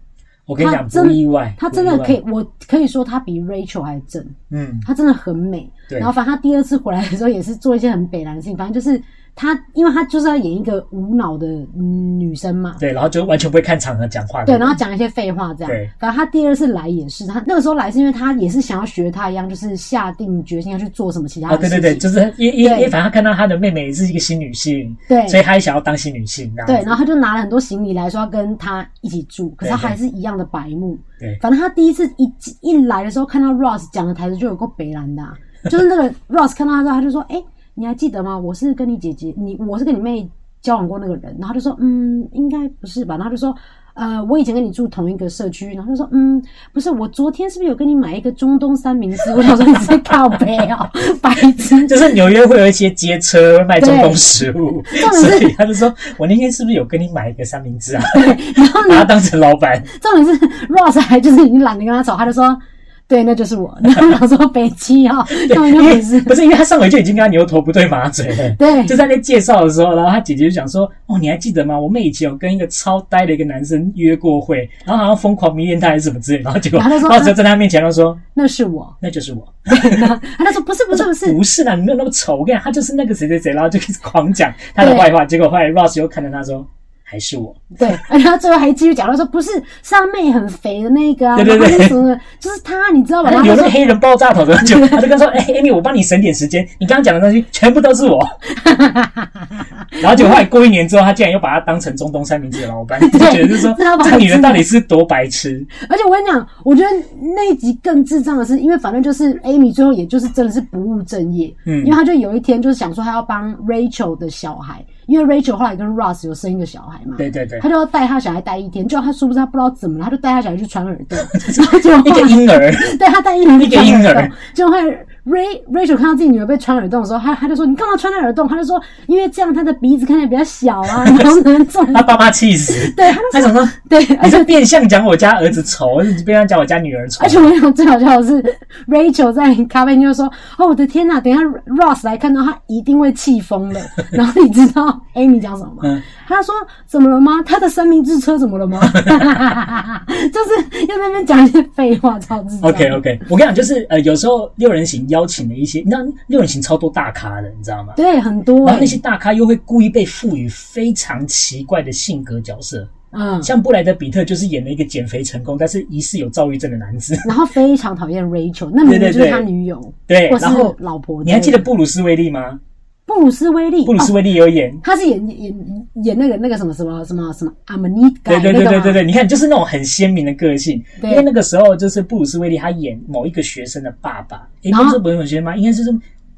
S4: 我跟你讲，
S3: 他真
S4: 不意外，
S3: 她真的
S4: 不意外
S3: 可以，，我可以说她比 Rachel 还正，
S4: 嗯，
S3: 她真的很美。
S4: 对
S3: 然后反正她第二次回来的时候也是做一些很北蓝的事情，反正就是她，因为她就是要演一个无脑的嗯女生嘛，
S4: 对，然后就完全不会看场合讲话的
S3: 对，
S4: 人。
S3: 然后讲一些废话这样
S4: 对。
S3: 反正他第二次来也是，他那个时候来是因为他也是想要学他一样，就是下定决心要去做什么其他
S4: 哦，
S3: 的
S4: 对
S3: 事情。
S4: 对对，就是因因因
S3: 对
S4: 为反正他看到他的妹妹是一个新女性，
S3: 对
S4: 所以他也想要当新女性，这样子
S3: 对然后他就拿了很多行李来说要跟他一起住，可是他
S4: 对对
S3: 还是一样的白目。
S4: 对
S3: 反正他第一次一一来的时候看到 Ross 讲的台词就有够北兰的啊、就是那个 Ross 看到他之后，他就说：“哎、你还记得吗？我是跟你姐姐，你我是跟你妹交往过那个人。”然后他就说：“嗯，应该不是吧？”然后他就说。呃，我以前跟你住同一个社区，然后他就说，嗯，不是，我昨天是不是有跟你买一个中东三明治？我想说你是在靠背哦， (laughs) 白痴，
S4: 就是纽约会有一些街车卖中东食物，
S3: 重点
S4: 所
S3: 是
S4: 以他就说：“我那天是不是有跟你买一个三明治啊？”
S3: 然后
S4: 把
S3: 呢
S4: 他，当成老板，
S3: 重点是 Ross 还就是已经懒得跟他吵，他就说，对，那就是我。然后我想说北七哦，根本
S4: 因
S3: 就
S4: 为
S3: 不是，
S4: 不是因为他上回就已经跟他牛头不对马嘴了。
S3: 对， (laughs)
S4: 就在那介绍的时候，然后他姐姐就想说：“哦，你还记得吗？我妹以前有跟一个超呆的一个男生约过会，然后好像疯狂迷恋他还是什么之类的。”然后结果，
S3: (laughs) 然后他说
S4: 然后就在他面前，他说
S3: 那是我。：“
S4: 那就是我。
S3: 他就说不是不是不”是，
S4: (laughs) 不是啦，你没有那么丑。我跟你讲，他就是那个谁谁谁，然后就开始狂讲他的坏话。结果后来 Ross 又看着他说：“还是我。”
S3: 对，而且他最后还继续讲，他说不是是他妹很肥的那个啊，
S4: 对对对
S3: 然后是什么的，就是他，你知道吧？然后
S4: 有
S3: 他
S4: 那个
S3: 说
S4: 黑人爆炸头的，就他就跟他说：“哎、a m y 我帮你省点时间，你刚刚讲的东西全部都是
S3: (laughs)
S4: 我。”然后结果后来过一年之后，他竟然又把他当成中东三明治的
S3: (laughs)
S4: 老板，就觉得就是说
S3: 这老板
S4: 这个女人到底是多白痴？
S3: 而且我跟你讲，我觉得那一集更智障的是，因为反正就是 Amy 最后也就是真的是不务正业，
S4: 嗯
S3: 因为她就有一天就是想说她要帮 Rachel 的小孩，因为 Rachel 后来跟 Ross 有生一个小孩嘛，
S4: 对对对
S3: 她，就要带她小孩带一天，就她殊不知她不知道怎么了，她就带她小孩去穿耳
S4: (laughs)
S3: 洞，然后结果
S4: 一
S3: 后
S4: 个
S3: 来
S4: 婴
S3: (laughs)
S4: 儿，
S3: 对他带一年
S4: 一个婴儿，
S3: 就会 Ray Rachel 看到自己女儿被穿耳洞的时候，他他就说你干嘛穿她耳洞？他就说因为这样她的鼻子看起来比较小啊，然后呢这种
S4: 他爸妈气死。
S3: 对，他
S4: (laughs) 他
S3: 就
S4: 想
S3: 说
S4: 说，
S3: 对，而
S4: 你
S3: 且
S4: 是变相讲我家儿子丑，你变相讲我家女儿丑
S3: 而。且我想最好笑的是，Rachel 在咖啡厅就说：“哦，我的天呐，等一下 Ross 来看到他一定会气疯
S4: (laughs)
S3: 的。”然后你知道 Amy 讲什么吗
S4: 嗯？
S3: 他说：“怎么了吗？他的三明治车怎么了吗？” (laughs) 就是又在那边讲一些废话，超智障。
S4: OK OK，我跟你讲，就是呃，有时候六人行邀请了一些，你知道六人行超多大咖的，你知道吗？
S3: 对，很多、
S4: 然后那
S3: 欸，
S4: 些大咖又会故意被赋予非常奇怪的性格角色，
S3: 嗯，
S4: 像布莱德比特就是演了一个减肥成功，但是疑似有躁郁症的男子。
S3: 然后非常讨厌 Rachel，那明明就是他女友，
S4: 对
S3: 或是
S4: 然后
S3: 老婆之
S4: 你
S3: 类的。
S4: 还记得布鲁斯威利吗？
S3: 布鲁斯威利？
S4: 布鲁斯
S3: 哦
S4: 威利有演。
S3: 他是演演演那个那个什么什么什么什么阿门尼改
S4: 对对
S3: 那
S4: 对
S3: 个
S4: 对
S3: 吗
S4: 对对，你看就是那种很鲜明的个性，
S3: 对
S4: 因为那个时候就是布鲁斯威利他演某一个学生的爸爸，也
S3: 然后
S4: 不是某一个学生吗？应该就是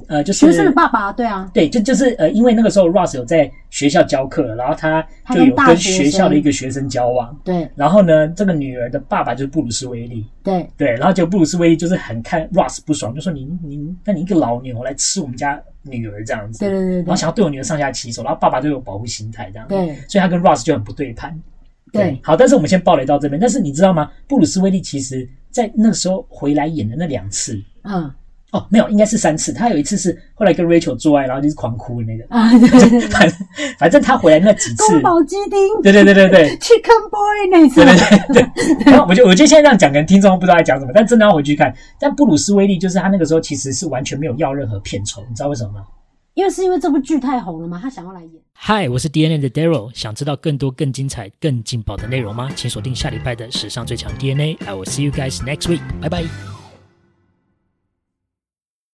S4: 呃就是
S3: 学生的爸爸，对啊，
S4: 对，就就是呃，因为那个时候 Ross 有在学校教课，然后他
S3: 他
S4: 就
S3: 跟
S4: 有
S3: 大
S4: 跟
S3: 学
S4: 学校的
S3: 生
S4: 一个学生交往，
S3: 对
S4: 然后呢，这个女儿的爸爸就是布鲁斯威利，
S3: 对
S4: 对，然后结果布鲁斯威利就是很看 Ross 不爽，就说你你那你一个老牛来吃我们家女儿这样子，
S3: 对对对对
S4: 然后想要对我女儿上下其手，然后爸爸就有保护心态这样子，
S3: 对
S4: 所以他跟 Ross 就很不对盘。
S3: 对，
S4: 好，但是我们先暴雷到这边，但是你知道吗？布鲁斯威利其实在那个时候回来演的那两次，
S3: 嗯 (laughs)
S4: 哦，没有，应该是三次，他有一次是后来跟 Rachel 做爱，然后就是狂哭的那个，
S3: 啊，对对对，
S4: 反反正他回来那几
S3: (laughs)
S4: 次，
S3: 宫保鸡丁
S4: 对对对对对，
S3: Chicken Boy 那一次
S4: 对，对对对，然后我就我就现在这样讲，可能听众不知道在讲什么，但真的要回去看。但布鲁斯威利就是他那个时候其实是完全没有要任何片酬，你知道为什么吗？
S3: 因为是因为这部剧太红了嘛，他想要来演。
S4: 嗨，我是 DNA 的 Daryl，想知道更多、更精彩、更劲爆的内容吗？请锁定下礼拜的史上最强 DNA。I will see you guys next week，拜拜。